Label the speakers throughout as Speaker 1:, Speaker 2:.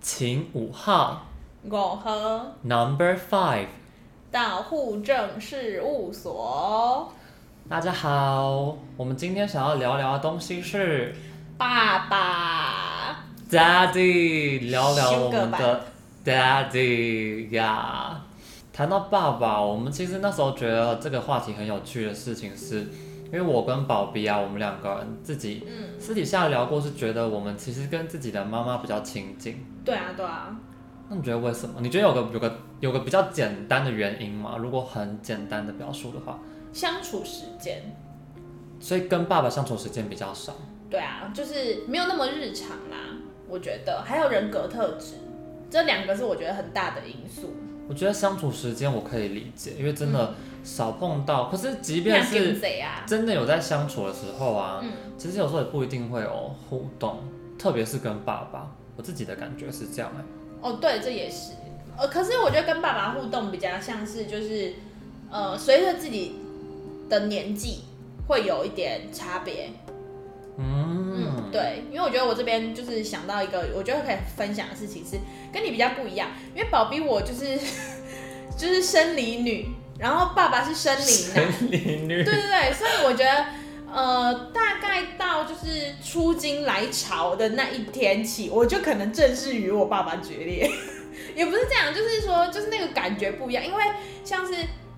Speaker 1: 请五号
Speaker 2: 我和
Speaker 1: Number Five。
Speaker 2: 到户政事务所，
Speaker 1: 大家好，我们今天想要聊聊的东西是
Speaker 2: 爸爸
Speaker 1: Daddy，聊聊我们
Speaker 2: 修个
Speaker 1: 的 Daddy 呀。谈到爸爸，我们其实那时候觉得这个话题很有趣的事情是，因为我跟宝比啊，我们两个人自己
Speaker 2: 嗯
Speaker 1: 私底下聊过，是觉得我们其实跟自己的妈妈比较亲近。
Speaker 2: 对啊对啊，
Speaker 1: 那你觉得为什么？你觉得有个有个有个比较简单的原因吗？如果很简单的表述的话，
Speaker 2: 相处时间，
Speaker 1: 所以跟爸爸相处时间比较少。
Speaker 2: 对啊，就是没有那么日常啦，我觉得还有人格特质，这两个是我觉得很大的因素。
Speaker 1: 我觉得相处时间我可以理解，因为真的
Speaker 2: 嗯
Speaker 1: 少碰到。可是即便
Speaker 2: 那
Speaker 1: 是
Speaker 2: 跟谁啊？
Speaker 1: 真的有在相处的时候啊，
Speaker 2: 嗯，
Speaker 1: 其实有时候也不一定会有互动，特别是跟爸爸，我自己的感觉是这样、欸。
Speaker 2: 哦对，这也是，呃，可是我觉得跟爸爸互动比较像是就是，呃，随着自己的年纪会有一点差别，嗯，
Speaker 1: 嗯，
Speaker 2: 对，因为我觉得我这边就是想到一个，我觉得可以分享的事情是跟你比较不一样，因为宝比我就是 就是生理女，然后爸爸是生理男，
Speaker 1: 生理女
Speaker 2: 对，对对，所以我觉得呃，大概到就是出经来潮的那一天起，我就可能正式与我爸爸决裂， 也不是这样，就是说就是那个感觉不一样，因为像是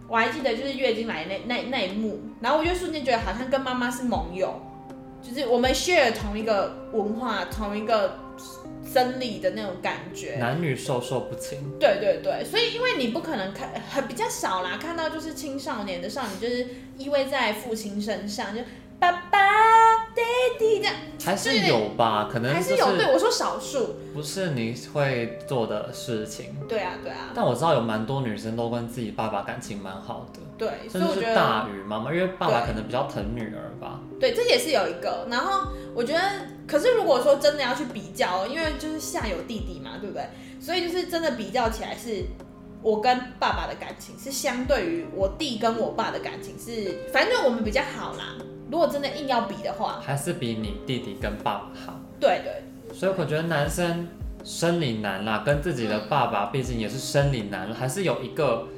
Speaker 2: 我还记得就是月经来那那那一幕，然后我就瞬间觉得好像跟妈妈是盟友，就是我们 share 同一个文化、同一个生理的那种感觉。
Speaker 1: 男女授受不亲。
Speaker 2: 对对对，所以因为你不可能看很比较少啦，看到就是青少年的少女就是依偎在父亲身上，就爸爸、daddy 这样，
Speaker 1: 还是有吧，可能
Speaker 2: 还
Speaker 1: 就是
Speaker 2: 有、对我说少数，
Speaker 1: 不是你会做的事情。
Speaker 2: 对啊对啊，
Speaker 1: 但我知道有蛮多女生都跟自己爸爸感情蛮好的，
Speaker 2: 对，所
Speaker 1: 甚
Speaker 2: 以我
Speaker 1: 至
Speaker 2: 觉
Speaker 1: 是
Speaker 2: 得
Speaker 1: 大于妈妈，因为爸爸
Speaker 2: 对
Speaker 1: 可能比较疼女儿吧。
Speaker 2: 对，这也是有一个。然后我觉得，可是如果说真的要去比较，因为就是下有弟弟嘛，对不对？所以就是真的比较起来是，我跟爸爸的感情是相对于我弟跟我爸的感情是，反正我们比较好啦。如果真的硬要比的话，
Speaker 1: 还是比你弟弟跟爸爸好。
Speaker 2: 对对
Speaker 1: 所以我觉得男生生理男啦，跟自己的爸爸毕竟也是生理男，还是有一个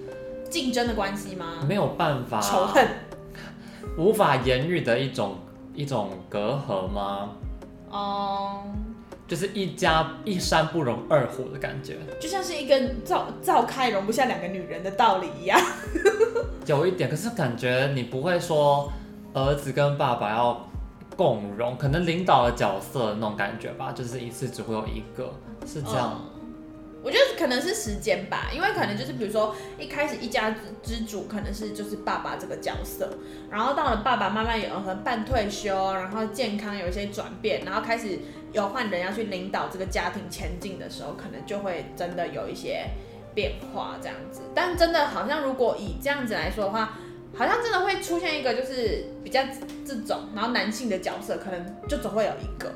Speaker 2: 竞争的关系吗？
Speaker 1: 没有办法
Speaker 2: 仇恨
Speaker 1: 无法言喻的一种一种隔阂吗？
Speaker 2: 哦、
Speaker 1: 就是一家一山不容二虎的感觉，
Speaker 2: 就像是一个灶灶开容不下两个女人的道理一样。
Speaker 1: 有一点。可是感觉你不会说儿子跟爸爸要共荣，可能领导的角色的那种感觉吧，就是一次只会有一个，是这样。
Speaker 2: 嗯我觉得可能是时间吧，因为可能就是比如说一开始一家之之主可能是就是爸爸这个角色，然后到了爸爸慢慢有可能半退休，然后健康有一些转变，然后开始有换人要去领导这个家庭前进的时候，可能就会真的有一些变化这样子。但真的好像如果以这样子来说的话，好像真的会出现一个就是比较这种，然后男性的角色可能就总会有一个，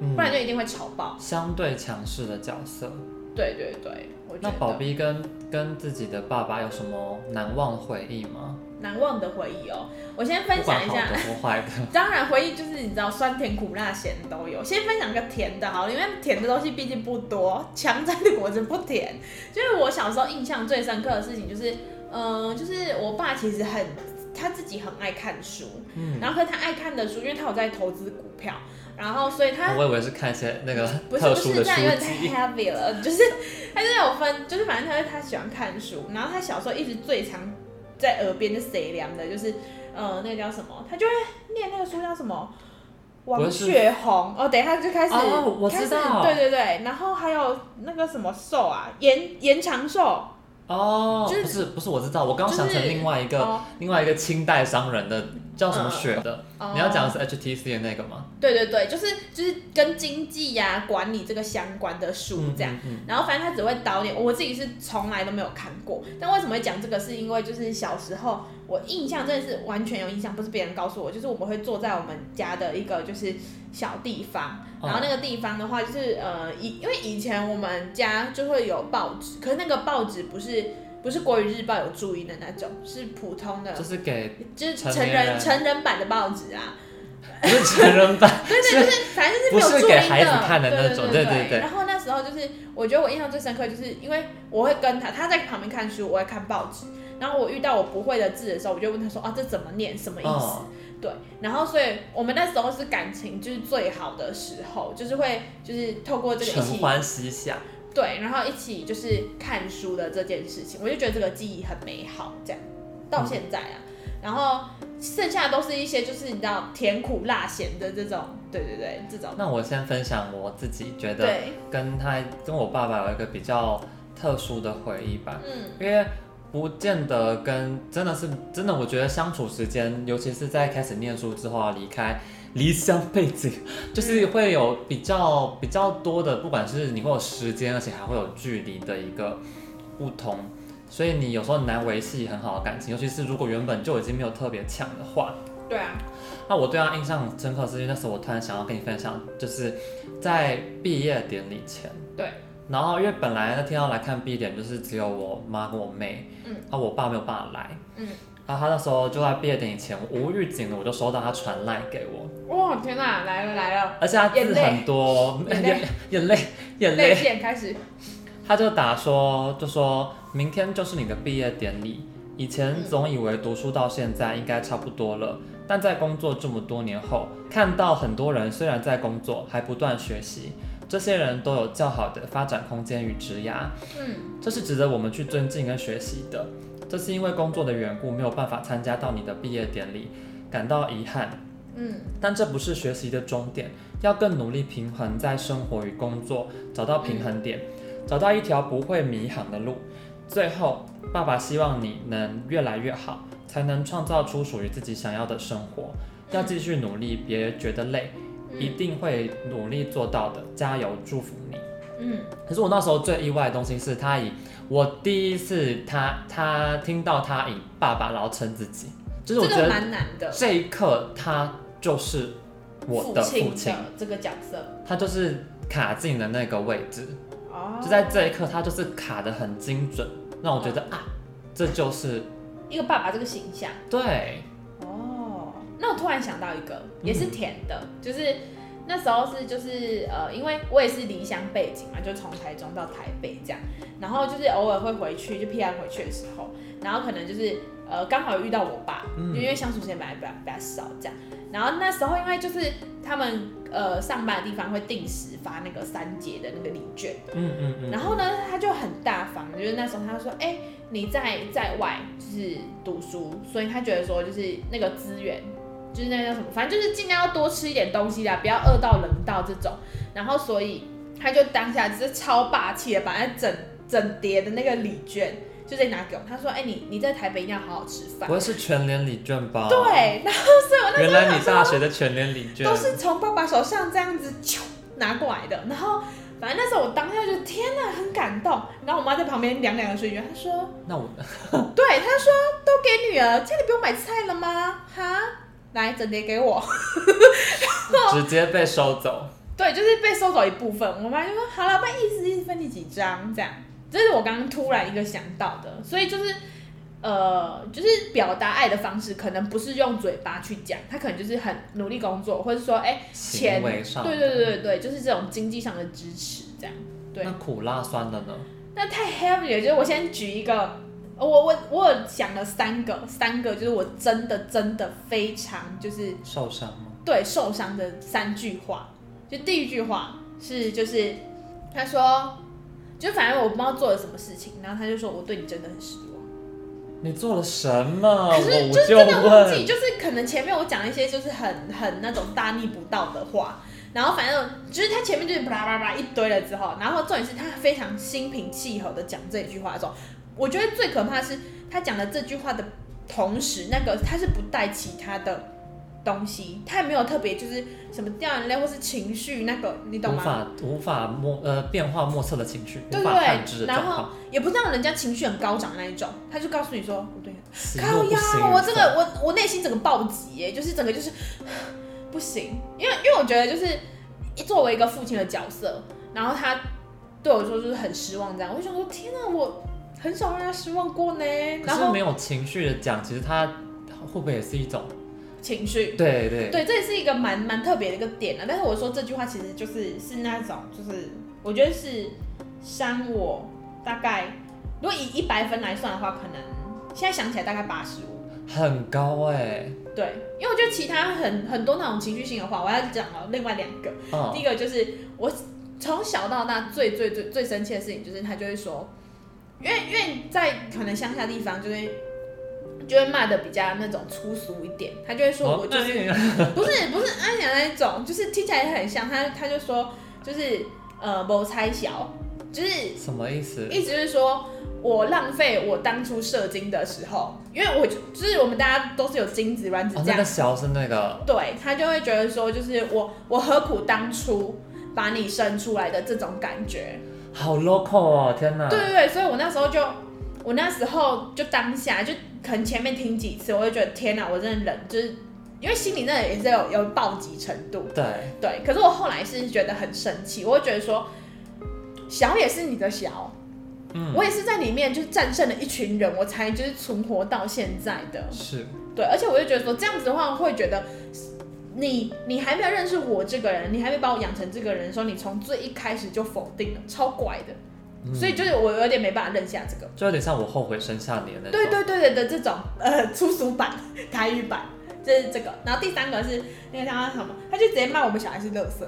Speaker 1: 嗯
Speaker 2: 不然就一定会吵爆。
Speaker 1: 相对强势的角色。
Speaker 2: 对对对，我觉
Speaker 1: 那
Speaker 2: 得
Speaker 1: 宝碧跟跟自己的爸爸有什么难忘回忆吗？
Speaker 2: 难忘的回忆哦。我先分享一
Speaker 1: 不管好
Speaker 2: 下，
Speaker 1: 的或坏的，
Speaker 2: 当然回忆就是你知道酸甜苦辣咸都有。先分享个甜的好了，因为甜的东西毕竟不多，强摘的果子不甜。就是我小时候印象最深刻的事情就是，嗯、就是我爸其实很他自己很爱看书，
Speaker 1: 嗯，
Speaker 2: 然后和他爱看的书，因为他有在投资股票，然后所以他
Speaker 1: 我以为是看一些那个
Speaker 2: 不是
Speaker 1: 特
Speaker 2: 不
Speaker 1: 殊
Speaker 2: 是，
Speaker 1: 的
Speaker 2: 这
Speaker 1: 书
Speaker 2: 样有点太
Speaker 1: 籍，
Speaker 2: heavy 了，呃就是他就是有分，就是反正他他喜欢看书，然后他小时候一直最常在耳边就谁凉的，就是呃那个叫什么，他就会念那个书叫什么。王
Speaker 1: 不是
Speaker 2: 雪红哦，等一下就开始，
Speaker 1: 哦我知
Speaker 2: 开始
Speaker 1: 道
Speaker 2: 对对对，然后还有那个什么寿啊，延延长寿，
Speaker 1: 哦，
Speaker 2: 就是
Speaker 1: 不是不是，我知道，我刚刚想
Speaker 2: 就
Speaker 1: 成
Speaker 2: 是
Speaker 1: 另外一个、
Speaker 2: 哦
Speaker 1: 另外一个清代商人的叫什么
Speaker 2: 嗯
Speaker 1: 雪的，
Speaker 2: 哦
Speaker 1: 你要讲的是 HTC 的那个吗？
Speaker 2: 对对对，就是就是跟经济呀、管理这个相关的书
Speaker 1: 嗯
Speaker 2: 这样。，
Speaker 1: 嗯
Speaker 2: 然后反正他只会导演，我自己是从来都没有看过。但为什么会讲这个？是因为就是小时候我印象真的是完全有印象，不是别人告诉我，就是我们会坐在我们家的一个就是小地方，
Speaker 1: 哦
Speaker 2: 然后那个地方的话就是呃以因为以前我们家就会有报纸，可是那个报纸不是不是国语日报有注音的那种，是普通的
Speaker 1: 嗯，，就是给
Speaker 2: 就是
Speaker 1: 成
Speaker 2: 成
Speaker 1: 年
Speaker 2: 人
Speaker 1: 人
Speaker 2: 成人版的报纸啊。
Speaker 1: 不是成人版，
Speaker 2: 对对，就是反正就是没有
Speaker 1: 不是
Speaker 2: 注
Speaker 1: 给
Speaker 2: 音
Speaker 1: 孩子看的那种对
Speaker 2: 对
Speaker 1: 对对
Speaker 2: 然后那时候就是，我觉得我印象最深刻，就是因为我会跟他，他在旁边看书，我会看报纸。然后我遇到我不会的字的时候，我就问他说：“啊，这怎么念？什么意思？”
Speaker 1: 嗯
Speaker 2: 对，然后所以我们那时候是感情就是最好的时候，就是会就是透过这个一
Speaker 1: 承
Speaker 2: 起
Speaker 1: 欢膝下，
Speaker 2: 对，然后一起就是看书的这件事情，我就觉得这个记忆很美好，这样
Speaker 1: 嗯
Speaker 2: 到现在啊，然后剩下都是一些就是你知道甜苦辣咸的这种，对对对，这种
Speaker 1: 那我先分享我自己觉得
Speaker 2: 对，
Speaker 1: 跟他跟我爸爸有一个比较特殊的回忆吧，
Speaker 2: 嗯
Speaker 1: 因为不见得跟真的是真的，我觉得相处时间，尤其是在开始念书之后啊，离开离乡背景，就是会有比较比较多的，不管是你会有时间，而且还会有距离的一个不同，所以你有时候很难维系很好的感情，尤其是如果原本就已经没有特别强的话，
Speaker 2: 对啊，
Speaker 1: 那我对他印象很深刻是，因为那时候我突然想要跟你分享，就是在毕业典礼前，
Speaker 2: 对，
Speaker 1: 然后因为本来那天要来看毕业典礼，就是只有我妈跟我妹，
Speaker 2: 嗯，
Speaker 1: 啊，我爸没有办法来，
Speaker 2: 嗯，
Speaker 1: 然后他那时候就在毕业典礼前，我无预警的我就收到他传赖给我，
Speaker 2: 哇天哪，来了来了，
Speaker 1: 而且他字
Speaker 2: 眼泪
Speaker 1: 很多，
Speaker 2: 眼泪
Speaker 1: 眼泪眼
Speaker 2: 泪
Speaker 1: 泪，
Speaker 2: 腺开始，
Speaker 1: 他就打说，就说明天就是你的毕业典礼。以前总以为读书到现在应该差不多了，但在工作这么多年后，看到很多人虽然在工作，还不断学习，这些人都有较好的发展空间与职涯，
Speaker 2: 嗯
Speaker 1: 这是值得我们去尊敬跟学习的。这是因为工作的缘故，没有办法参加到你的毕业典礼，感到遗憾。
Speaker 2: 嗯
Speaker 1: 但这不是学习的终点，要更努力平衡在生活与工作，找到平衡点，找到一条不会迷航的路。最后，爸爸希望你能越来越好，才能创造出属于自己想要的生活。要继续努力，别觉得累，一
Speaker 2: 嗯
Speaker 1: 定会努力做到的，加油，祝福你。
Speaker 2: 嗯
Speaker 1: 可是我那时候最意外的东西是他以我第一次他他听到他以爸爸然后称自己，就是我
Speaker 2: 这
Speaker 1: 觉
Speaker 2: 个
Speaker 1: 得
Speaker 2: 蛮难的，
Speaker 1: 这一刻他就是我的父
Speaker 2: 亲
Speaker 1: 亲，
Speaker 2: 的这个角色，
Speaker 1: 他就是卡进了那个位置，
Speaker 2: 哦，
Speaker 1: 就在这一刻他就是卡得很精准，让我觉得
Speaker 2: 哦
Speaker 1: 啊，这就是
Speaker 2: 一个爸爸这个形象。
Speaker 1: 对，
Speaker 2: 哦，那我突然想到一个，也是甜的，就是那时候是就是呃，因为我也是离乡背景嘛，就从台中到台北这样，然后就是偶尔会回去，就 P R 回去的时候，然后可能就是呃刚好遇到我爸，
Speaker 1: 嗯
Speaker 2: 因为相处时间本来比较比较少这样，然后那时候因为就是他们呃上班的地方会定时发那个三节的那个礼券，
Speaker 1: 嗯嗯 嗯，
Speaker 2: 然后呢，他就很大方，就是那时候他说，哎、你在在外就是读书，所以他觉得说就是那个资源，就是那个叫什么，反正就是尽量要多吃一点东西啦，不要饿到冷到这种。然后所以他就当下就是超霸气的把那整整叠的那个礼券就直接拿给我，他说，哎、你你在台北一定要好好吃饭
Speaker 1: 不。会是全联礼券吧？，
Speaker 2: 对，然后所以我那时
Speaker 1: 原
Speaker 2: 候
Speaker 1: 来
Speaker 2: 想
Speaker 1: 你
Speaker 2: 说
Speaker 1: 大学的全联礼券
Speaker 2: 都是从爸爸手上这样子啾拿过来的。然后反正那时候我当下就天哪，很感动。然后我妈在旁边两两的说一句，她说
Speaker 1: 那 我：“
Speaker 2: 对，她说都给女儿，家里不用买菜了吗？哈，来整叠给我。
Speaker 1: 直接被收走，”
Speaker 2: 对，就是被收走一部分。我妈就说：“好了，不然意思意思分你几张这样。”这是我刚刚突然一个想到的，所以就是。呃，就是表达爱的方式，可能不是用嘴巴去讲，他可能就是很努力工作，或者说，哎、钱
Speaker 1: 行为上，
Speaker 2: 对对对对对，就是这种经济上的支持，这样。对
Speaker 1: 那苦辣酸的呢？
Speaker 2: 那太 heavy 了，就是我先举一个，我我我有想了三个，三个就是我真的真的非常就是
Speaker 1: 受伤吗？
Speaker 2: 对受伤的三句话。就第一句话是就是他说，就反正我不知道做了什么事情，然后他就说我对你真的很失望。
Speaker 1: 你做了什么？
Speaker 2: 可是
Speaker 1: 哦我
Speaker 2: 就
Speaker 1: 我
Speaker 2: 真的忘记，
Speaker 1: 问，
Speaker 2: 就是可能前面我讲一些就是很很那种大逆不道的话，然后反正就是他前面就是巴拉巴拉巴拉一堆了之后，然后重点是他非常心平气和的讲这一句话的时候，我觉得最可怕的是他讲了这句话的同时，那个他是不带其他的东西，他也没有特别就是什么掉眼泪或是情绪那个，你懂
Speaker 1: 无
Speaker 2: 吗？
Speaker 1: 法无法莫呃变化莫测的情绪，
Speaker 2: 对
Speaker 1: 无法探知
Speaker 2: 对，
Speaker 1: 的
Speaker 2: 然
Speaker 1: 状
Speaker 2: 后
Speaker 1: 况，
Speaker 2: 也不是让人家情绪很高涨那一种，他就告诉你说，我对你
Speaker 1: 喜
Speaker 2: 靠
Speaker 1: 怒不
Speaker 2: 呀
Speaker 1: 形！于
Speaker 2: 我这
Speaker 1: 色
Speaker 2: 个我我内心整个暴击耶，就是整个就是不行，因为因为我觉得就是作为一个父亲的角色，然后他对我说就是很失望这样，我就想说天啊，我很少让他失望过呢。
Speaker 1: 可
Speaker 2: 然
Speaker 1: 是
Speaker 2: 后
Speaker 1: 没有情绪的讲，其实他会不会也是一种
Speaker 2: 情绪。
Speaker 1: 对对
Speaker 2: 对，这也是一个蛮蛮特别的一个点啊。但是我说这句话其实就是是那种，就是我觉得是伤我大概，如果以一百分来算的话，可能现在想起来大概八十五。
Speaker 1: 很高哎、
Speaker 2: 对，因为我觉得其他很很多那种情绪性的话，我要讲了另外两个。
Speaker 1: 嗯，
Speaker 2: 第一个就是我从小到大最最最最生气的事情，就是他就会说，因为因为在可能乡下地方就会就会骂的比较那种粗俗一点，他就会
Speaker 1: 哦
Speaker 2: 说我就是、
Speaker 1: 是
Speaker 2: 不是不是安雅那一种，就是听起来很像他他就说就是呃谋猜小，就是
Speaker 1: 什么意思？
Speaker 2: 意思就是说我浪费我当初射精的时候，因为我就就是我们大家都是有精子卵子
Speaker 1: 哦，
Speaker 2: 这
Speaker 1: 那
Speaker 2: 样
Speaker 1: 个小是那个
Speaker 2: 对他就会觉得说，就是我我何苦当初把你生出来的这种感觉，
Speaker 1: 好 local 哦，天哪！
Speaker 2: 对对对，所以我那时候就，我那时候就当下就可能前面听几次，我就觉得天哪，我真的忍，就是因为心里那也是有有暴击程度，
Speaker 1: 对
Speaker 2: 对，可是我后来是觉得很生气，我会觉得说，小也是你的小，
Speaker 1: 嗯，
Speaker 2: 我也是在里面就是战胜了一群人，我才就是存活到现在的，
Speaker 1: 是
Speaker 2: 对，而且我就觉得说这样子的话，会觉得你你还没有认识我这个人，你还没把我养成这个人的时候，你从最一开始就否定了，超怪的。所以就是我有点没办法认下这个。
Speaker 1: 嗯就有点像我后悔生下你的那种。
Speaker 2: 对对对对的这种呃粗俗版、台语版，这、是这个。然后第三个是那个他什么，他就直接骂我们小孩是垃圾，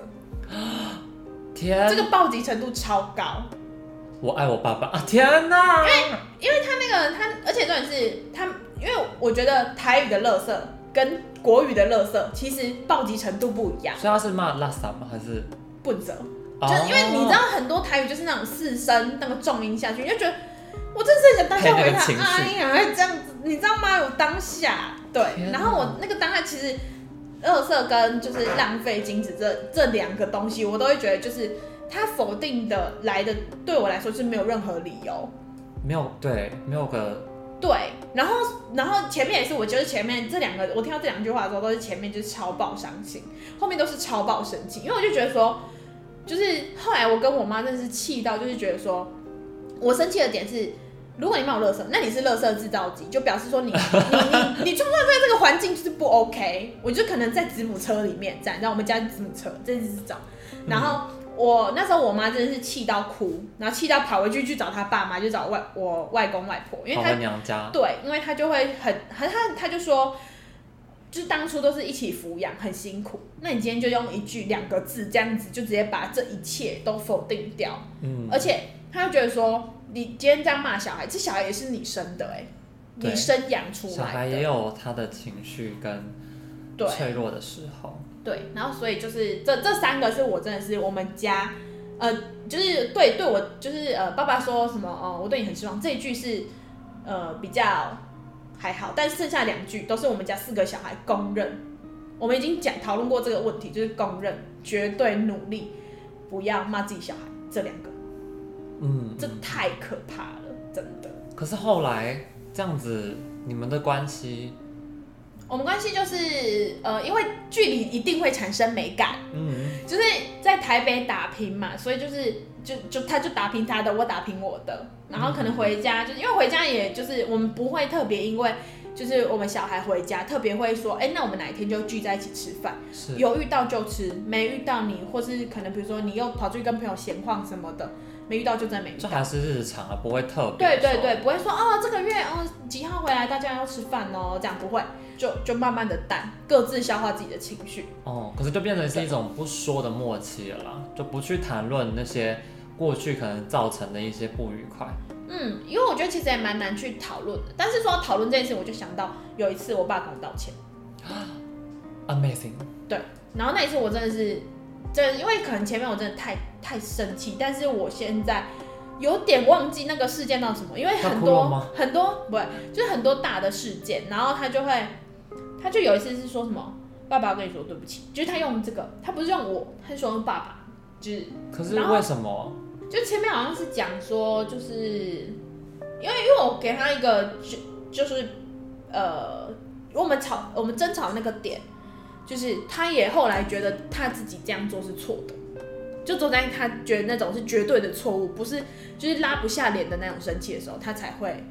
Speaker 1: 天，
Speaker 2: 这个暴击程度超高。
Speaker 1: 我爱我爸爸啊！天哪！
Speaker 2: 哎那个他，而且重点是他，因为我觉得台语的垃圾跟国语的垃圾其实暴击程度不一样，
Speaker 1: 所以他是骂拉萨吗？还是？
Speaker 2: 笨折。
Speaker 1: 哦
Speaker 2: 就是因为你知道很多台语就是那种四声那个重音下去，你就觉得我真是想当下
Speaker 1: 配
Speaker 2: 回
Speaker 1: 那
Speaker 2: 他
Speaker 1: 个情，绪
Speaker 2: 哎呀这样子，你知道吗？我当下对
Speaker 1: 天，哪
Speaker 2: 然后我那个当下其实恶色跟就是浪费精子这这两个东西，我都会觉得就是他否定的来的对我来说是没有任何理由。
Speaker 1: 没有对，没有个
Speaker 2: 对，然后然后前面也是，我觉得前面这两个，我听到这两句话的时候，都是前面就是超爆伤心，后面都是超爆生气，因为我就觉得说，就是后来我跟我妈真的是气到，就是觉得说我生气的点是。如果你骂我垃圾，那你是垃圾制造机，就表示说你你你你创造在这个环境就是不 OK。我就可能在子母车里面这样，你知道我们家子母车这是这种。然后我那时候我妈真的是气到哭，然后气到跑回去去找她爸妈，就找外我外公外婆，因为
Speaker 1: 跑
Speaker 2: 她
Speaker 1: 回娘家。
Speaker 2: 对，因为他就会很很他他就说，就是当初都是一起抚养，很辛苦。那你今天就用一句两个字这样子，就直接把这一切都否定掉，
Speaker 1: 嗯，
Speaker 2: 而且他又觉得说，你今天这样骂小孩，这小孩也是你生的哎、
Speaker 1: 对
Speaker 2: 你生养出
Speaker 1: 小孩
Speaker 2: 来
Speaker 1: 也
Speaker 2: 的，
Speaker 1: 有他的情绪跟
Speaker 2: 对
Speaker 1: 脆弱的时候。
Speaker 2: 对。然后所以就是这这三个是我真的是我们家。呃，就是对对我就是呃，爸爸说什么哦，我对你很失望这一句是呃比较还好，但剩下两句都是我们家四个小孩公认，我们已经讲讨论过这个问题，就是公认绝对努力不要骂自己小孩这两个，
Speaker 1: 嗯，
Speaker 2: 这太可怕了，真的。
Speaker 1: 可是后来这样子，你们的关系，
Speaker 2: 我们关系就是呃，因为距离一定会产生美感，
Speaker 1: 嗯，
Speaker 2: 就是在台北打拼嘛，所以就是就就他就打拼他的，我打拼我的，然后可能回家就是因为回家也就是我们不会特别因为就是我们小孩回家特别会说，哎、那我们哪一天就聚在一起吃饭，
Speaker 1: 是
Speaker 2: 有遇到就吃，没遇到你或是可能比如说你又跑出去跟朋友闲晃什么的，没遇到就真的没遇
Speaker 1: 就
Speaker 2: 到。
Speaker 1: 还是日常啊，不会特别。
Speaker 2: 对对对，，不会说哦，这个月哦几号回来，大家要吃饭哦，这样不会，就就慢慢的淡，各自消化自己的情绪。
Speaker 1: 哦，可是就变成是一种不说的默契了啦，就不去谈论那些过去可能造成的一些不愉快。
Speaker 2: 嗯，因为我觉得其实也蛮难去讨论的，但是说到讨论这件事，我就想到有一次我爸跟我道歉，
Speaker 1: Amazing，
Speaker 2: 然后那一次我真的是，真的因为可能前面我真的太太生气，但是我现在有点忘记那个事件到什么，因为
Speaker 1: 他
Speaker 2: 很
Speaker 1: 哭了
Speaker 2: 多
Speaker 1: 吗
Speaker 2: 很多不是就是很多大的事件，然后他就会，他就有一次是说什么爸爸，我跟你说对不起，就是他用这个，他不是用我，他是说用爸爸，就是
Speaker 1: 可是
Speaker 2: 然后
Speaker 1: 为什么？
Speaker 2: 就前面好像是讲说，就是因为因为我给他一个就就是呃，我们吵我们争吵那个点，就是他也后来觉得他自己这样做是错的，就昨天他觉得那种是绝对的错误，不是就是拉不下脸的那种生气的时候，他才会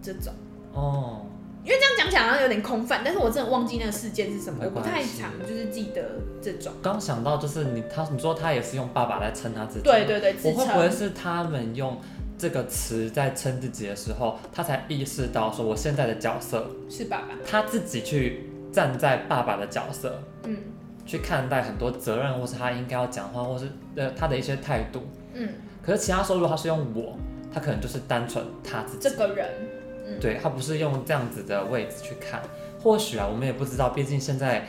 Speaker 2: 这种。
Speaker 1: 哦，
Speaker 2: 因为这样讲起来好像有点空泛，但是我真的忘记那个事件是什么，
Speaker 1: 没
Speaker 2: 我不
Speaker 1: 关
Speaker 2: 太
Speaker 1: 系
Speaker 2: 常就是记得这种。
Speaker 1: 刚想到就是你他你说他也是用爸爸来称他自己，
Speaker 2: 对对对，自
Speaker 1: 我会不会
Speaker 2: 称
Speaker 1: 是他们用这个词在称自己的时候，他才意识到说我现在的角色，
Speaker 2: 是爸爸。
Speaker 1: 他自己去站在爸爸的角色
Speaker 2: 嗯
Speaker 1: 去看待很多责任，或是他应该要讲话，或是呃他的一些态度。
Speaker 2: 嗯，
Speaker 1: 可是其他时候如果他是用我，他可能就是单纯他自己，
Speaker 2: 这个人嗯
Speaker 1: 对他不是用这样子的位置去看。或许啊，我们也不知道，毕竟现在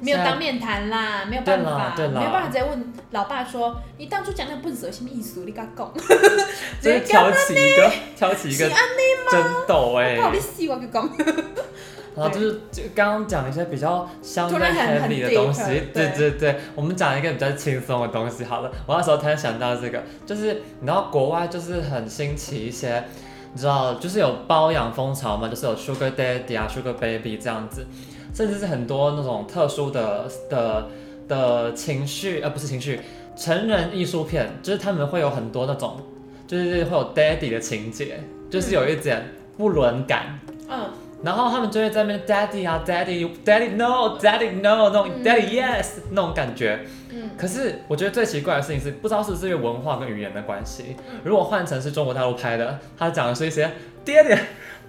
Speaker 2: 没有
Speaker 1: 现在
Speaker 2: 当面谈啦，没有
Speaker 1: 对
Speaker 2: 办
Speaker 1: 啦
Speaker 2: 法，
Speaker 1: 对啦
Speaker 2: 没有办法直接问老爸说，你当初讲那笨手什么意思？你跟他讲，
Speaker 1: 就
Speaker 2: 直
Speaker 1: 是
Speaker 2: 接
Speaker 1: 挑起一个挑起一个
Speaker 2: 是啊
Speaker 1: 争斗哎、
Speaker 2: 我你死我跟讲。
Speaker 1: 然后就是就刚刚讲一些比较相对
Speaker 2: 突然很
Speaker 1: heavy
Speaker 2: 很
Speaker 1: 的东西
Speaker 2: deep，，
Speaker 1: 对对
Speaker 2: 对
Speaker 1: 对，我们讲一个比较轻松的东西好了。我那时候突然想到这个，就是你知道国外就是很兴起一些，你知道就是有包养风潮嘛，就是有 sugar daddy 啊 sugar baby 这样子，甚至是很多那种特殊的的的情绪，呃不是情绪，成人艺术片，就是他们会有很多那种，就是会有 daddy 的情节，就是有一点不伦感。
Speaker 2: 嗯，
Speaker 1: 然后他们就会在那边 daddy 啊 daddy daddy no daddy no 那种
Speaker 2: 嗯
Speaker 1: daddy yes 那种感觉。
Speaker 2: 嗯
Speaker 1: 可是我觉得最奇怪的事情是，不知道是不是因为文化跟语言的关系
Speaker 2: 嗯。
Speaker 1: 如果换成是中国大陆拍的，他讲的是一些爹爹，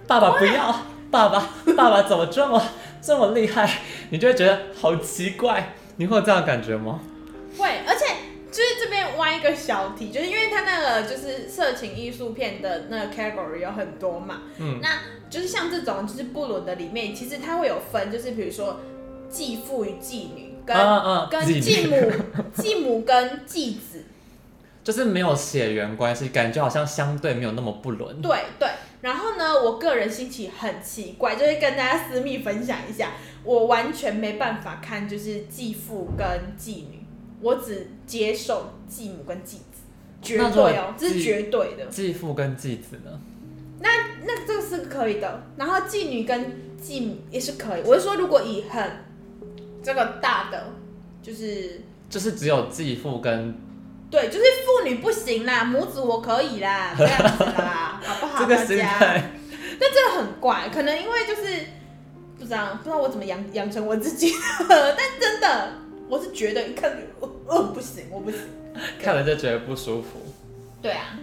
Speaker 1: 爸爸不要，爸爸爸爸怎么这么 这么厉害，你就会觉得好奇怪。你会有这样的感觉吗？
Speaker 2: 会，而且就是这边挖一个小题，就是因为它那个就是色情艺术片的那个 category 有很多嘛，
Speaker 1: 嗯，
Speaker 2: 那就是像这种就是不伦的里面，其实它会有分，就是比如说继父与继女跟、
Speaker 1: 嗯
Speaker 2: 跟
Speaker 1: 自己
Speaker 2: 继母、继母跟继子，
Speaker 1: 就是没有血缘关系，感觉好像相对没有那么不伦。
Speaker 2: 对对。然后呢，我个人心情很奇怪，就是跟大家私密分享一下，我完全没办法看就是继父跟继女，我只接受继母跟继子。绝
Speaker 1: 那如果
Speaker 2: 对哦，这是
Speaker 1: 继
Speaker 2: 绝对的。
Speaker 1: 继父跟继子呢？
Speaker 2: 那这个是可以的。然后妓女跟继母也是可以。我是说，如果以很这个大的，就是
Speaker 1: 就是只有继父跟
Speaker 2: 对，就是妇女不行啦，母子我可以啦，这样子啦，好不好？
Speaker 1: 这个
Speaker 2: 大
Speaker 1: 心
Speaker 2: 家，
Speaker 1: 态，
Speaker 2: 但这个很怪，可能因为就是不知道不知道我怎么养养成我自己的， 但真的我是觉得一看我我不行，我不行。
Speaker 1: 看了就觉得不舒服。
Speaker 2: 对啊，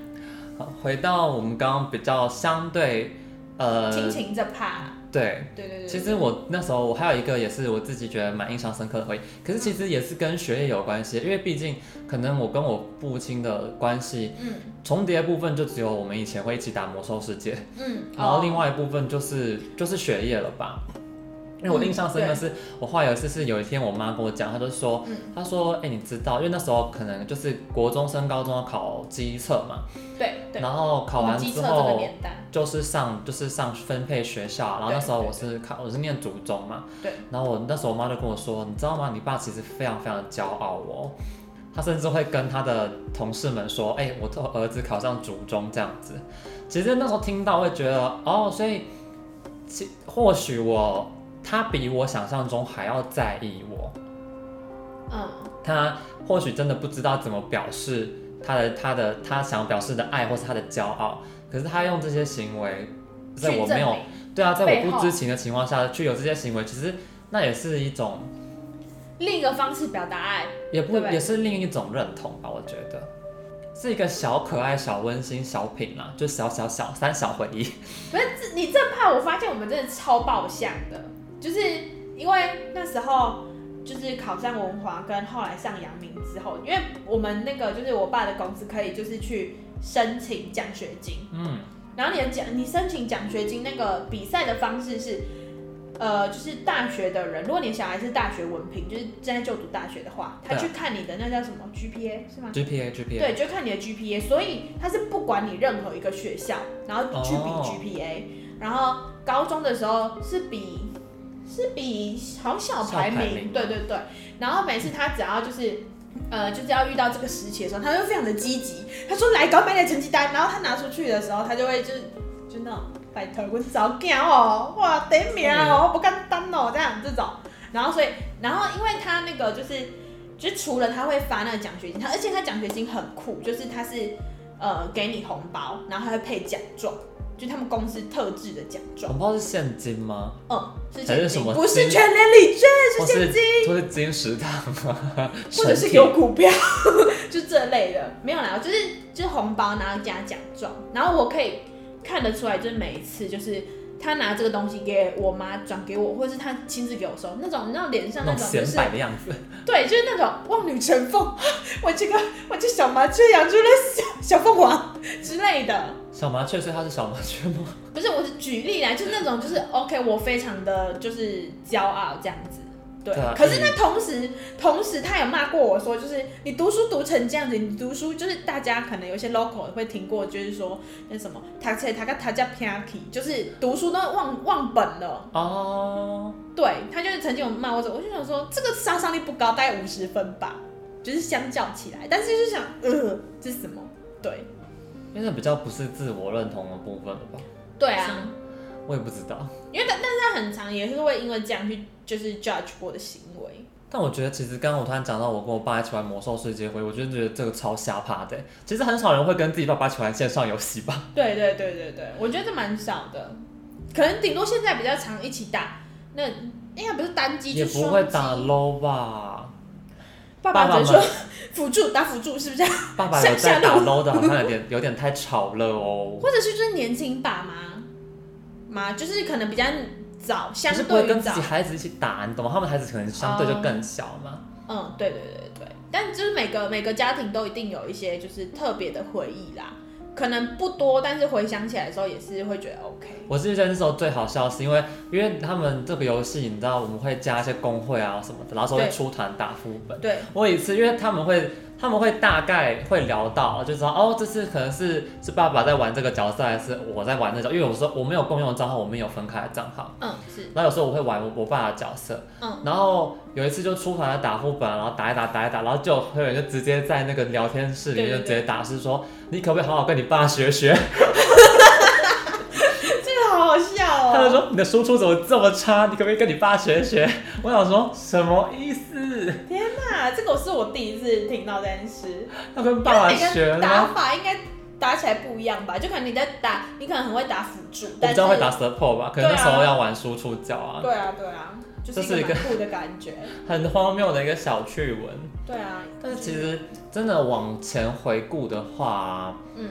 Speaker 1: 好，回到我们刚刚比较相对，呃，
Speaker 2: 亲情这怕，
Speaker 1: 对。
Speaker 2: 对对对，
Speaker 1: 其实我那时候我还有一个也是我自己觉得蛮印象深刻的回忆，可是其实也是跟学业有关系，因为毕竟可能我跟我父亲的关系
Speaker 2: 嗯
Speaker 1: 重叠的部分就只有我们以前会一起打魔兽世界，
Speaker 2: 嗯，
Speaker 1: 然后另
Speaker 2: 外
Speaker 1: 外一部分就是就是学业了吧。因为我印象深刻
Speaker 2: 嗯
Speaker 1: 是，我后来有一次是有一天我妈跟我讲，她就说，
Speaker 2: 嗯
Speaker 1: 她说，哎、你知道，因为那时候可能就是国中升高中要考机测嘛，
Speaker 2: 对对，
Speaker 1: 然后考完
Speaker 2: 机
Speaker 1: 之
Speaker 2: 测这个
Speaker 1: 后
Speaker 2: 年代，
Speaker 1: 就是上就是上分配学校，然后那时候
Speaker 2: 对
Speaker 1: 我是考我是念祖中嘛，
Speaker 2: 对，
Speaker 1: 然后我那时候我妈就跟我说，你知道吗？你爸其实非常非常骄傲哦，他甚至会跟他的同事们说，哎、我的儿子考上祖中这样子。其实那时候听到会觉得，哦，所以其或许我他比我想象中还要在意我，
Speaker 2: 嗯。
Speaker 1: 他或许真的不知道怎么表示他的他的他想表示的爱或是他的骄傲，可是他用这些行为，在
Speaker 2: 去
Speaker 1: 我
Speaker 2: 证
Speaker 1: 没有
Speaker 2: 明
Speaker 1: 对啊，在
Speaker 2: 背
Speaker 1: 我不
Speaker 2: 后
Speaker 1: 知情的情况下去有这些行为，其实那也是一种，
Speaker 2: 另一个方式表达爱，
Speaker 1: 也不
Speaker 2: 对不对
Speaker 1: 也是另一种认同吧，我觉得。是一个小可爱、小温馨、小品啦、就小小小三小回忆。
Speaker 2: 不是这你这怕我发现我们真的超爆像的，就是因为那时候就是考上文华跟后来上阳明之后，因为我们那个就是我爸的公司可以就是去申请奖学金，
Speaker 1: 嗯，
Speaker 2: 然后你的奖，你申请奖学金那个比赛的方式是，呃，就是大学的人，如果你的小孩是大学文凭，就是正在就读大学的话，他
Speaker 1: 对啊
Speaker 2: 去看你的那叫什么 GPA 是吗？
Speaker 1: GPA GPA，
Speaker 2: 对，就看你的 GPA，所以他是不管你任何一个学校，然后去比
Speaker 1: 哦
Speaker 2: GPA，、然后高中的时候是比是比好像小排
Speaker 1: 小排
Speaker 2: 名，
Speaker 1: 名
Speaker 2: 对对对，然后每次他只要就是。呃，就是要遇到这个时期的时候，他就非常的积极。他说：“来，搞买你的成绩单。”然后他拿出去的时候，他就会就是就那种拜托，我早惊哦，哇，第一名
Speaker 1: 嗯
Speaker 2: 哦，我不敢当哦，这样这种。然后所以，然后因为他那个就是，就是除了他会发那个奖学金，他而且他奖学金很酷，就是他是呃给你红包，然后还会配奖状，就他们公司特制的奖状，
Speaker 1: 红包是现金吗？
Speaker 2: 嗯，是
Speaker 1: 还是
Speaker 2: 现
Speaker 1: 什
Speaker 2: 金，
Speaker 1: 么
Speaker 2: 不是
Speaker 1: 金
Speaker 2: 全年礼券，
Speaker 1: 或
Speaker 2: 是现
Speaker 1: 是
Speaker 2: 金，
Speaker 1: 或是金石堂啊，
Speaker 2: 或者
Speaker 1: 成
Speaker 2: 是
Speaker 1: 品
Speaker 2: 有股票， 就这类的，没有啦，就是就是红包，然后加奖状，然后我可以看得出来，就是每一次就是。他拿这个东西给我妈转给我，或是他亲自给我收，那种你知道脸上
Speaker 1: 那
Speaker 2: 那
Speaker 1: 种
Speaker 2: 种就
Speaker 1: 显
Speaker 2: 是
Speaker 1: 摆的样子，
Speaker 2: 对，就是那种望女成凤， 我这个我这小麻雀养出了小小凤凰之类的。
Speaker 1: 小麻雀，所以它是小麻雀吗？
Speaker 2: 不是，我是举例啦，就是那种就是 OK，我非常的就是骄傲这样子。对，
Speaker 1: 对啊
Speaker 2: 可是那同时，同时他有骂过我说，就是你读书读成这样子，你读书就是大家可能有些 local 会听过，就是说那什么，他切他个他叫 p i a k i 就是读书都忘忘本了。
Speaker 1: 哦，
Speaker 2: 对他就是曾经有骂我，我就想说这个杀伤力不高，大概五十分吧，就是相较起来，但是就是想，呃，这是什么？对，
Speaker 1: 因为那比较不是自我认同的部分了吧？
Speaker 2: 对啊，
Speaker 1: 我也不知道，
Speaker 2: 因为但但是他很常也是会因为这样去就是 judge 我的行为，
Speaker 1: 但我觉得其实刚刚我突然讲到我跟我爸一起玩魔兽世界回，我就觉得这个超瞎趴的。其实很少人会跟自己爸爸一起玩线上游戏吧？
Speaker 2: 对对对对对，我觉得这蛮少的，可能顶多现在比较常一起打，那应该不是单机，
Speaker 1: 也
Speaker 2: 就是
Speaker 1: 不
Speaker 2: 双
Speaker 1: 会
Speaker 2: 机
Speaker 1: 打 low 吧？
Speaker 2: 爸
Speaker 1: 爸爸
Speaker 2: 只能说辅助打辅助是不是？
Speaker 1: 爸爸有在
Speaker 2: 下下
Speaker 1: 打
Speaker 2: 路
Speaker 1: low 的，好像有点有点太吵了哦。
Speaker 2: 或者是就是年轻爸妈妈，就是可能比较早，相
Speaker 1: 可是不
Speaker 2: 对
Speaker 1: 会跟
Speaker 2: 于
Speaker 1: 自
Speaker 2: 早
Speaker 1: 己。孩子一起打，你懂吗？他们孩子可能相对就更小嘛。
Speaker 2: 嗯，对对对对，但就是每个每个家庭都一定有一些就是特别的回忆啦，可能不多，但是回想起来的时候也是会觉得 OK。
Speaker 1: 我是觉得那时候最好笑，是因为因为他们这个游戏，你知道我们会加一些工会啊什么的，然后说会
Speaker 2: 对
Speaker 1: 出团打副本。
Speaker 2: 对，
Speaker 1: 我有一次，因为他们会他们会大概会聊到，就知道哦，这次可能是是爸爸在玩这个角色，还是我在玩那种，因为有时候我们有共用的账号，我们有分开的账号。
Speaker 2: 嗯是，
Speaker 1: 然后有时候我会玩我我爸的角色，
Speaker 2: 嗯，
Speaker 1: 然后有一次就出团来打副本，然后打一打打一打，然后就有人就直接在那个聊天室里面
Speaker 2: 对
Speaker 1: 就
Speaker 2: 对
Speaker 1: 直接打是说，你可不可以好好跟你爸学学？
Speaker 2: 这个好好笑
Speaker 1: 他就
Speaker 2: 哦！
Speaker 1: 说你的输出怎么这么差？你可不可以跟你爸学学？我想说什么意思？
Speaker 2: 天哪，这个我是我第一次听到这件事。
Speaker 1: 要跟爸爸
Speaker 2: 因为每个
Speaker 1: 学
Speaker 2: 人哎打
Speaker 1: 吗？
Speaker 2: 法应该打起来不一样吧？就可能你在打，你可能很会打辅助，
Speaker 1: 我
Speaker 2: 但
Speaker 1: 比
Speaker 2: 是
Speaker 1: 较会打 support 吧，可能那
Speaker 2: 对啊
Speaker 1: 时候要玩输出角啊，
Speaker 2: 对啊对啊，就
Speaker 1: 这是
Speaker 2: 是
Speaker 1: 一
Speaker 2: 一
Speaker 1: 个
Speaker 2: 个蛮酷的感觉。
Speaker 1: 很荒谬的一个小趣闻。
Speaker 2: 对啊，
Speaker 1: 但是其实真的往前回顾的话，
Speaker 2: 嗯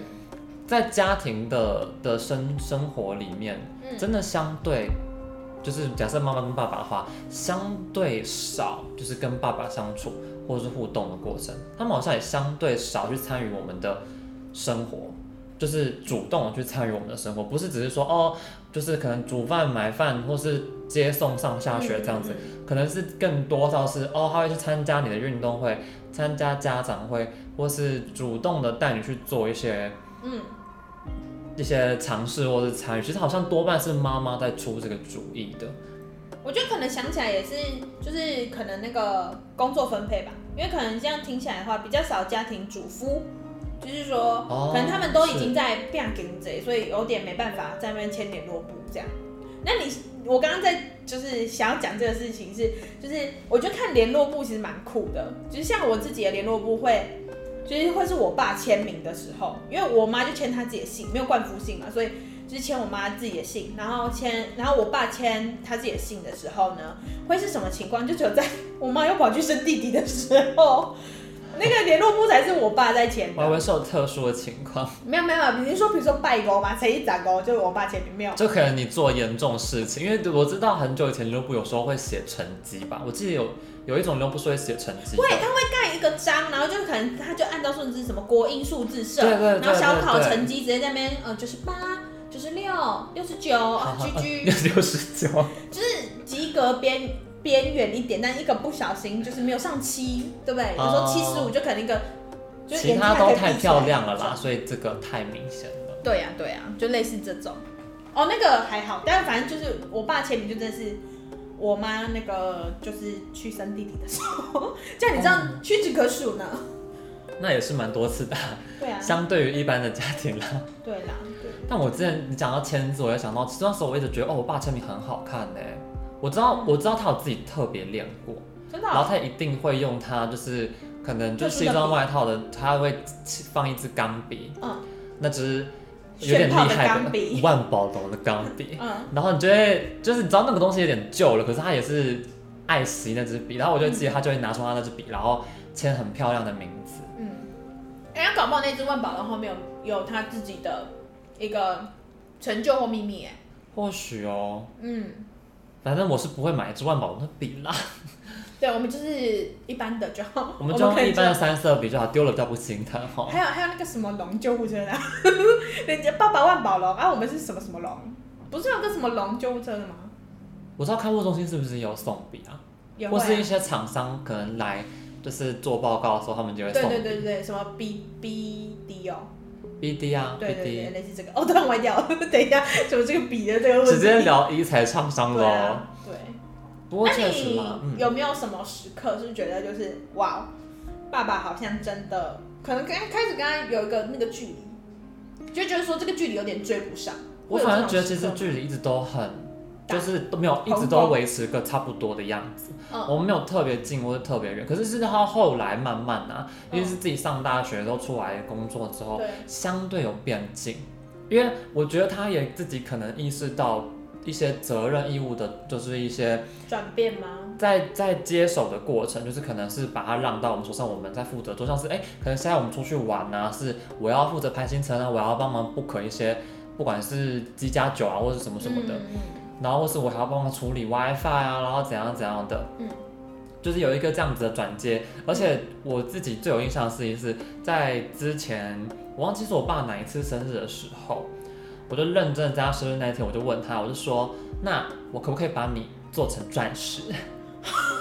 Speaker 1: 在家庭的的生生活里面，
Speaker 2: 嗯，
Speaker 1: 真的相对，就是假设妈妈跟爸爸的话，相对少，就是跟爸爸相处或者是互动的过程，他们好像也相对少去参与我们的生活，就是主动地去参与我们的生活，不是只是说哦，就是可能煮饭、买饭或是接送上下学这样子，
Speaker 2: 嗯。嗯嗯
Speaker 1: 可能是更多倒是哦，他会去参加你的运动会，参加家长会，或是主动的带你去做一些
Speaker 2: 嗯
Speaker 1: 一些尝试或是参与，其实好像多半是妈妈在出这个主意的。
Speaker 2: 我觉得可能想起来也是，就是可能那个工作分配吧，因为可能这样听起来的话，比较少家庭主夫，就是说，
Speaker 1: 哦
Speaker 2: 可能他们都已经在变经贼，所以有点没办法在那边牵点落步这样。那你我刚刚在就是想要讲这个事情是，就是我觉得看联络簿其实蛮酷的，就是像我自己的联络簿会。就是会是我爸签名的时候，因为我妈就签她自己的姓，没有冠夫姓嘛，所以就是签我妈自己的信，然后签，然后我爸签他自己的信的时候呢，会是什么情况？就只有在我妈又跑去生弟弟的时候， 那个联络簿才是我爸在签
Speaker 1: 我还以
Speaker 2: 的。
Speaker 1: 为是有特殊的情况，
Speaker 2: 没有没有，比如说比如说拜勾嘛，谁一咋勾就是我爸签名没有。
Speaker 1: 就可能你做严重事情，因为我知道很久以前留步有时候会写成绩吧，我记得有有一种留步是会写成绩的，
Speaker 2: 对，他会盖一个章，然后就可能他就按照顺序什么国英数字社，
Speaker 1: 对对对
Speaker 2: 然后小考
Speaker 1: 对对
Speaker 2: 成绩直接在那边呃九十八、九十六、六十九、哦啊 居居，
Speaker 1: 六十九，
Speaker 2: 就是及格边边缘一点，但一个不小心就是没有上七，对不对？有时候
Speaker 1: 哦
Speaker 2: 七十五就可能一个， 就是
Speaker 1: 其
Speaker 2: 眼睛
Speaker 1: 他
Speaker 2: 还可
Speaker 1: 都
Speaker 2: 以
Speaker 1: 太
Speaker 2: 闭起来
Speaker 1: 漂亮了
Speaker 2: 那
Speaker 1: 啦，
Speaker 2: 种。
Speaker 1: 所以这个太明显了。
Speaker 2: 对呀、对呀、啊就类似这种。哦，那个还好，但反正就是我爸签名就真的是。我妈那个就是去生弟弟的时候，这样你这
Speaker 1: 哦
Speaker 2: 样屈指可数呢。
Speaker 1: 那也是蛮多次的，
Speaker 2: 对啊，
Speaker 1: 相对于一般的家庭啦。
Speaker 2: 对啦，对
Speaker 1: 但我之前你讲到签字，我就想到，其实那时候我一直觉得，哦，我爸签名很好看呢、我知道，我知道他有自己特别练过，
Speaker 2: 真的
Speaker 1: 然后
Speaker 2: 哦、
Speaker 1: 他一定会用它，就是可能就是西装外套的，他会放一支钢笔，
Speaker 2: 嗯，
Speaker 1: 那支有点
Speaker 2: 炫
Speaker 1: 厉
Speaker 2: 炮的
Speaker 1: 害
Speaker 2: 钢笔
Speaker 1: 万宝龙的钢笔，
Speaker 2: 嗯，
Speaker 1: 然后你就会就是你知道那个东西有点旧了，可是他也是爱惜那支笔，然后我就记得他就会拿出他那支笔，然后签很漂亮的名字，
Speaker 2: 嗯，人家搞不好那只万宝龙后面有有他自己的一个成就或秘密、哎，
Speaker 1: 或许哦，
Speaker 2: 嗯，
Speaker 1: 反正我是不会买一支万宝龙的笔啦，
Speaker 2: 对，我们就是一般的就好，
Speaker 1: 我们就
Speaker 2: 可
Speaker 1: 用
Speaker 2: 以
Speaker 1: 一般的
Speaker 2: 就
Speaker 1: 三色笔就好，丢了比较不心疼哦哈。
Speaker 2: 还有还有那个什么龙救护车的啊，人家爸爸万宝龙啊，我们是什么什么龙？不是有个什么龙救护车的吗？
Speaker 1: 我知道看护中心是不是有送笔啊，
Speaker 2: 也会
Speaker 1: 或
Speaker 2: 啊、
Speaker 1: 是一些厂商可能来就是做报告的时候，他们就会
Speaker 2: 对
Speaker 1: 送
Speaker 2: 对对对，什么 B B D 哦，
Speaker 1: BD 啊
Speaker 2: 对对对，
Speaker 1: ，BD，
Speaker 2: 类似这个。哦，突然歪掉 了，等一下，怎么这个笔的这个问题？
Speaker 1: 直接聊医材创伤
Speaker 2: 对
Speaker 1: 喽。
Speaker 2: 啊，对。
Speaker 1: 不过确实啦，
Speaker 2: 那
Speaker 1: 嗯
Speaker 2: 你，有没有什么时刻是觉得就是哇，爸爸好像真的可能刚开始跟他有一个那个距离，就觉得说这个距离有点追不上。
Speaker 1: 我
Speaker 2: 会有这
Speaker 1: 反而
Speaker 2: 种
Speaker 1: 觉得其实
Speaker 2: 时刻
Speaker 1: 距离一直都很，
Speaker 2: 大
Speaker 1: 就是都没有一直都维持个差不多的样子。
Speaker 2: 嗯
Speaker 1: 我们没有特别近或者特别远，可是是到后来慢慢啊，
Speaker 2: 嗯
Speaker 1: 因为是自己上大学都出来工作之后，
Speaker 2: 对，
Speaker 1: 相对有变近。因为我觉得他也自己可能意识到一些责任义务的，就是一些
Speaker 2: 转变吗？
Speaker 1: 在在接手的过程，就是可能是把它让到我们手上，我们在负责做，像是哎、可能现在我们出去玩啊，是我要负责排行程啊，我要帮忙 book 一些，不管是机加酒啊或者什么什么的，
Speaker 2: 嗯嗯
Speaker 1: 然后或是我还要帮忙处理 WiFi 啊，然后怎样怎样的，
Speaker 2: 嗯
Speaker 1: 就是有一个这样子的转接。而且我自己最有印象的事情是在之前，我忘记是我爸哪一次生日的时候，我就认真在他生日那一天，我就问他，我就说，那我可不可以把你做成钻石？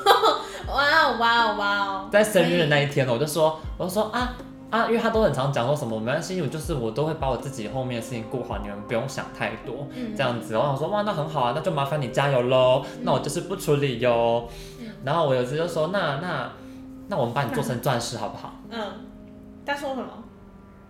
Speaker 2: 嗯哇哦哇哦哇哦！
Speaker 1: 在生日的那一天呢，我就说，我就说啊啊，因为他都很常讲说什么没关系，我就是我都会把我自己后面的事情顾好，你们不用想太多。
Speaker 2: 嗯
Speaker 1: 这样子，然后我想说哇，那很好啊，那就麻烦你加油喽。那我就是不处理哟。
Speaker 2: 嗯
Speaker 1: 然后我有一次就说，那那那我们把你做成钻石好不好？
Speaker 2: 嗯，他说什么？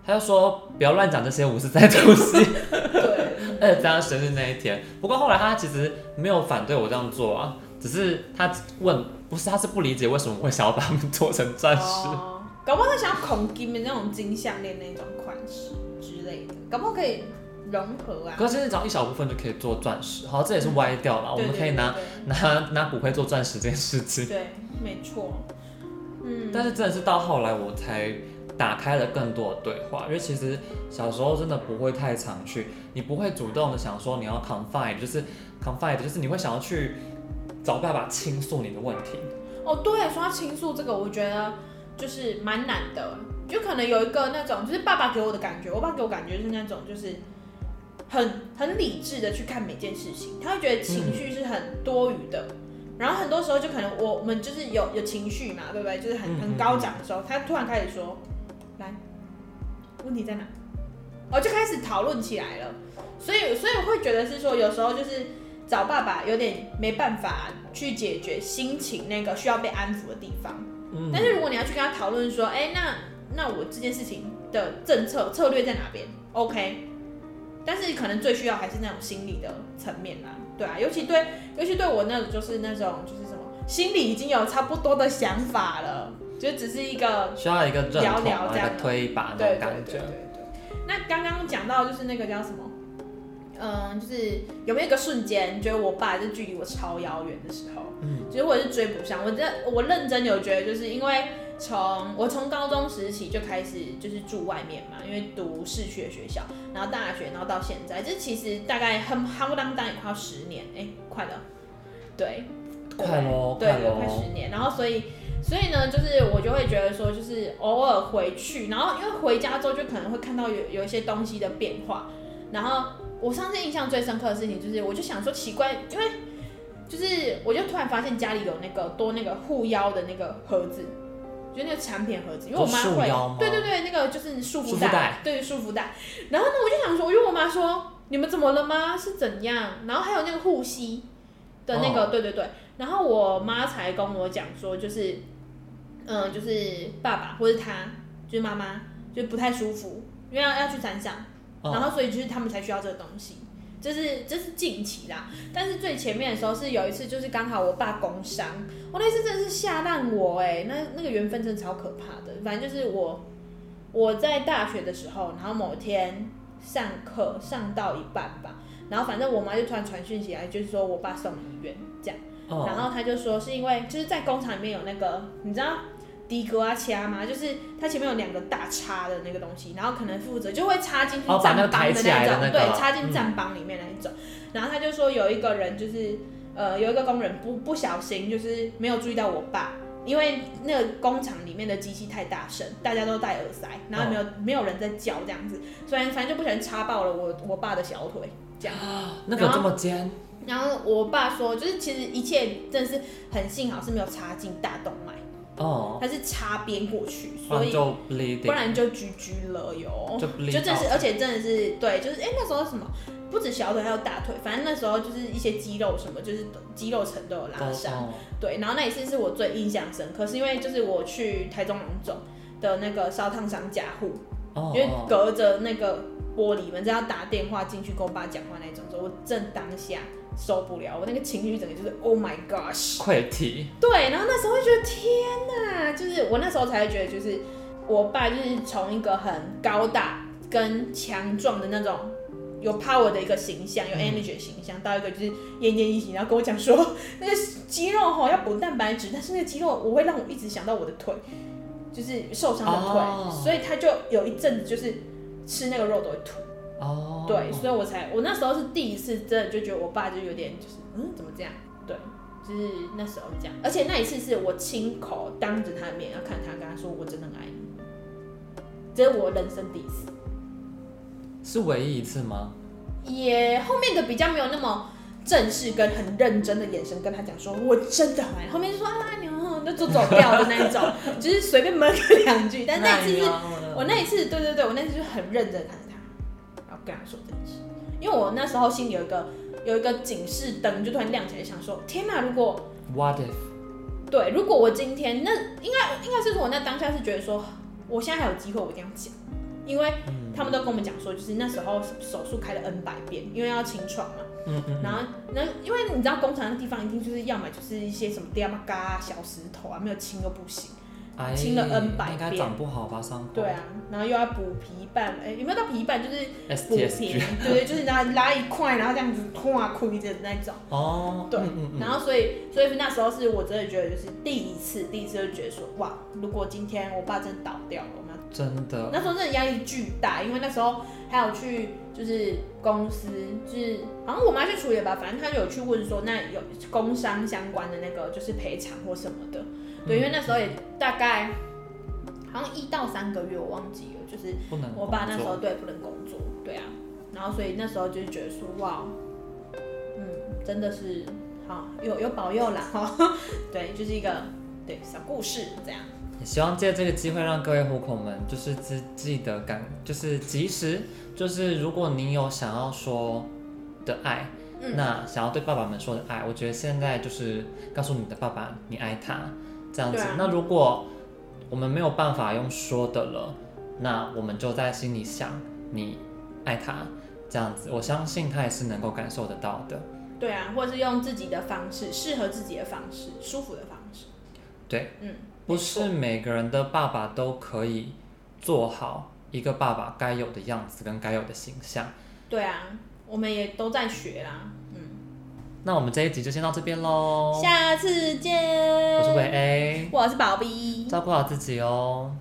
Speaker 1: 他就说不要乱讲这些五十三东西。
Speaker 2: 对，嗯
Speaker 1: 而 且在他生日那一天，不过后来他其实没有反对我这样做啊，只是他问，不是他是不理解为什么我会想要把他们做成钻石。
Speaker 2: 哦，搞不好他想要孔金的那种金项链那种款式之类的，搞不好可以融合啊。
Speaker 1: 可是其实只要一小部分就可以做钻石，好，这也是歪掉了。我
Speaker 2: 嗯对
Speaker 1: 们可以拿 拿拿骨灰做钻石这件事情
Speaker 2: 对，对，对没错。嗯，
Speaker 1: 但是真的是到后来我才打开了更多的对话，因为其实小时候真的不会太常去，你不会主动的想说你要 confide，就是 confide，就是你会想要去找爸爸倾诉你的问题。
Speaker 2: 哦，对，说到倾诉这个，我觉得就是蛮难的，就可能有一个那种，就是爸爸给我的感觉，我爸给我感觉是那种就是很很理智的去看每件事情，他会觉得情绪是很多余的。然后很多时候就可能我我们就是有有情绪嘛，对不对？就是很
Speaker 1: 嗯
Speaker 2: 很
Speaker 1: 嗯
Speaker 2: 高
Speaker 1: 嗯
Speaker 2: 涨的时候，他突然开始说：“来，问题在哪？”哦，就开始讨论起来了。所以，所以我会觉得是说，有时候就是找爸爸有点没办法去解决心情那个需要被安抚的地方。
Speaker 1: 嗯
Speaker 2: 但是如果你要去跟他讨论说，哎、那那我这件事情的政策策略在哪边？OK，但是可能最需要还是那种心理的层面啦，对啊，尤其对，尤其对我那种就是那种就是什么，心里已经有差不多的想法了，就只是一个
Speaker 1: 需要一个认同，
Speaker 2: 聊聊
Speaker 1: 然后
Speaker 2: 这
Speaker 1: 一
Speaker 2: 样
Speaker 1: 个
Speaker 2: 的
Speaker 1: 推一把那
Speaker 2: 对
Speaker 1: 种
Speaker 2: 对
Speaker 1: 感
Speaker 2: 对对
Speaker 1: 觉。
Speaker 2: 对。那刚刚讲到就是那个叫什么？嗯，就是有没有一个瞬间，觉得我爸就距离我超遥远的时候，
Speaker 1: 嗯，
Speaker 2: 其实我也是追不上。我真我认真有觉得，就是因为从我从高中时期就开始就是住外面嘛，因为读市区的学校，然后大学，然后到现在，这其实大概很夯不啷当也快要十年，哎、快了，对，
Speaker 1: 快喽，
Speaker 2: 对
Speaker 1: 快，
Speaker 2: 有快
Speaker 1: 喽！
Speaker 2: 十年。然后所以所以呢，就是我就会觉得说，就是偶尔回去，然后因为回家之后就可能会看到有有一些东西的变化。然后我上次印象最深刻的事情就是，我就想说奇怪，因为就是我就突然发现家里有那个多那个护腰的那个盒子。就是那个产品盒子，因为我妈
Speaker 1: 就束腰吗
Speaker 2: 会，对对对，那个就是束
Speaker 1: 束
Speaker 2: 缚
Speaker 1: 缚
Speaker 2: 带，
Speaker 1: 带
Speaker 2: 对束缚带。然后呢，我就想说，因为我妈说你们怎么了吗？是怎样？然后还有那个护膝的那个，对对对。然后我妈才跟我讲说，就是，嗯、就是爸爸或是他，就是妈妈，就不太舒服，因为要要去山上，
Speaker 1: 嗯
Speaker 2: 然后所以就是他们才需要这个东西。这是这是近期啦，但是最前面的时候是有一次，就是刚好我爸工伤，我、那次真的是吓烂我哎、那那个缘分真的超可怕的。反正就是我我在大学的时候，然后某天上课上到一半吧，然后反正我妈就突然传讯息来，就是说我爸送医院这样。然
Speaker 1: 哦，
Speaker 2: 后他就说是因为就是在工厂里面有那个你知道迪格啊掐吗？就是它前面有两个大叉的那个东西，然后可能负责就会插进去
Speaker 1: 哦把那个
Speaker 2: 站帮
Speaker 1: 抬
Speaker 2: 的
Speaker 1: 起来
Speaker 2: 那
Speaker 1: 的
Speaker 2: 种，
Speaker 1: 那个
Speaker 2: 对，插进
Speaker 1: 嗯
Speaker 2: 站帮里面那一种。然后他就说有一个人就是呃有一个工人不不小心就是没有注意到我爸。因为那个工厂里面的机器太大声，大家都戴耳塞，然后没
Speaker 1: 嗯
Speaker 2: 有、没有人在叫这样子，所以反正就不小心插爆了我我爸的小腿，这样。
Speaker 1: 那个有这么尖，
Speaker 2: 然后我爸说，就是其实一切真的是很幸好是没有插进大动脉，
Speaker 1: 哦，
Speaker 2: 它是插边过去，
Speaker 1: 不
Speaker 2: 所
Speaker 1: 然
Speaker 2: 以
Speaker 1: 就
Speaker 2: 不
Speaker 1: bleeding，
Speaker 2: 然就居居了哟。
Speaker 1: 就
Speaker 2: 就
Speaker 1: bleed
Speaker 2: 真是，
Speaker 1: out。
Speaker 2: 而且真的是对，就是哎、诶那时候什么，不止小腿还有大腿，反正那时候就是一些肌肉什么，就是肌肉层都有拉伤。
Speaker 1: 哦
Speaker 2: 对，然后那一次是我最印象深刻，是因为就是我去台中荣总的那个烧烫伤加护，
Speaker 1: 哦，
Speaker 2: 因为
Speaker 1: 哦
Speaker 2: 隔着那个玻璃门，这样打电话进去跟我爸讲话那种时候，我正当下受不了，我那个情绪整个就是 Oh my gosh！
Speaker 1: 溃体，
Speaker 2: 对，然后那时候就觉得天哪，就是我那时候才会觉得，就是我爸就是从一个很高大跟强壮的那种。有 power 的一个形象，有
Speaker 1: 嗯
Speaker 2: energy 的形象，到一个就是奄奄一息，然后跟我讲说，那个肌肉吼要补蛋白质，但是那个肌肉我会让我一直想到我的腿，就是受伤的腿，
Speaker 1: 哦
Speaker 2: 所以他就有一阵子就是吃那个肉都会吐，
Speaker 1: 哦，
Speaker 2: 对，所以我才我那时候是第一次真的就觉得我爸就有点就是嗯怎么这样，对，就是那时候这样，而且那一次是我亲口当着他的面要看他，跟他说我真的很爱你，这是我人生第一次，
Speaker 1: 是唯一一次吗？
Speaker 2: 也后面的比较没有那么。正式跟很认真的眼神跟他讲说，我真的很爱你。后面就说啊爱你哦，就走走掉的那一种， 就是随便闷个两句。但那一次是我
Speaker 1: 我
Speaker 2: 那一次，对对对，我那次就很认真地看着他，然后跟他说这件事，因为我那时候心里有一个有一个警示灯，就突然亮起来，想说天哪，如果
Speaker 1: What if？
Speaker 2: 对，如果我今天那应该应该是我那当下是觉得说，我现在还有机会，我一定要讲，因为
Speaker 1: 嗯
Speaker 2: 他们都跟我们讲说，就是那时候手术开了 N 百遍，因为要清创嘛，
Speaker 1: 嗯嗯，
Speaker 2: 然后那因为你知道工厂那地方一定就是要么就是一些什么掉嘛嘎啊、小石头啊，没有清又不行。
Speaker 1: 哎
Speaker 2: 亲了 N 百
Speaker 1: 那应该
Speaker 2: 遍
Speaker 1: 长不好吧？伤口
Speaker 2: 对啊，然后又要补皮瓣，哎、有没有到皮瓣？就是补皮
Speaker 1: ，STSG，
Speaker 2: 对对，就是拿拉一块，然后这样子跨亏的那种。
Speaker 1: 哦，
Speaker 2: 对
Speaker 1: 嗯嗯嗯
Speaker 2: 然后所以所以那时候是我真的觉得就是第一次，第一次就觉得说哇，如果今天我爸真的倒掉了，我们
Speaker 1: 真的，
Speaker 2: 那时候真的压力巨大，因为那时候还有去就是公司，就是好像我妈去处理吧，反正她有去问说那有工伤相关的那个就是赔偿或什么的，对，因为那时候也大概好像一到三个月，我忘记了，就是
Speaker 1: 不能
Speaker 2: 我爸那
Speaker 1: 嗯
Speaker 2: 时
Speaker 1: 工
Speaker 2: 候
Speaker 1: 作
Speaker 2: 对不能工作，对啊，然后所以那时候就是觉得说哇，嗯，真的是好有有保佑啦哈，对，就是一个对小故事这样，
Speaker 1: 也希望借这个机会让各位虎口们就是自记得感，就是及时，就是如果您有想要说的爱，
Speaker 2: 嗯
Speaker 1: 那想要对爸爸们说的爱，我觉得现在就是告诉你的爸爸你爱他这样子。
Speaker 2: 对啊
Speaker 1: 那如果我们没有办法用说的了，那我们就在心里想你爱他这样子，我相信他也是能够感受得到的。
Speaker 2: 对啊，或者是用自己的方式，适合自己的方式，舒服的方式，
Speaker 1: 对，
Speaker 2: 嗯，
Speaker 1: 不
Speaker 2: 没错
Speaker 1: 是每个人的爸爸都可以做好一个爸爸该有的样子跟该有的形象。
Speaker 2: 对啊，我们也都在学啦，嗯，
Speaker 1: 那我们这一集就先到这边喽。
Speaker 2: 下次见，
Speaker 1: 哦我是伟 A，
Speaker 2: 我是宝碧，
Speaker 1: 照顾好自己哦。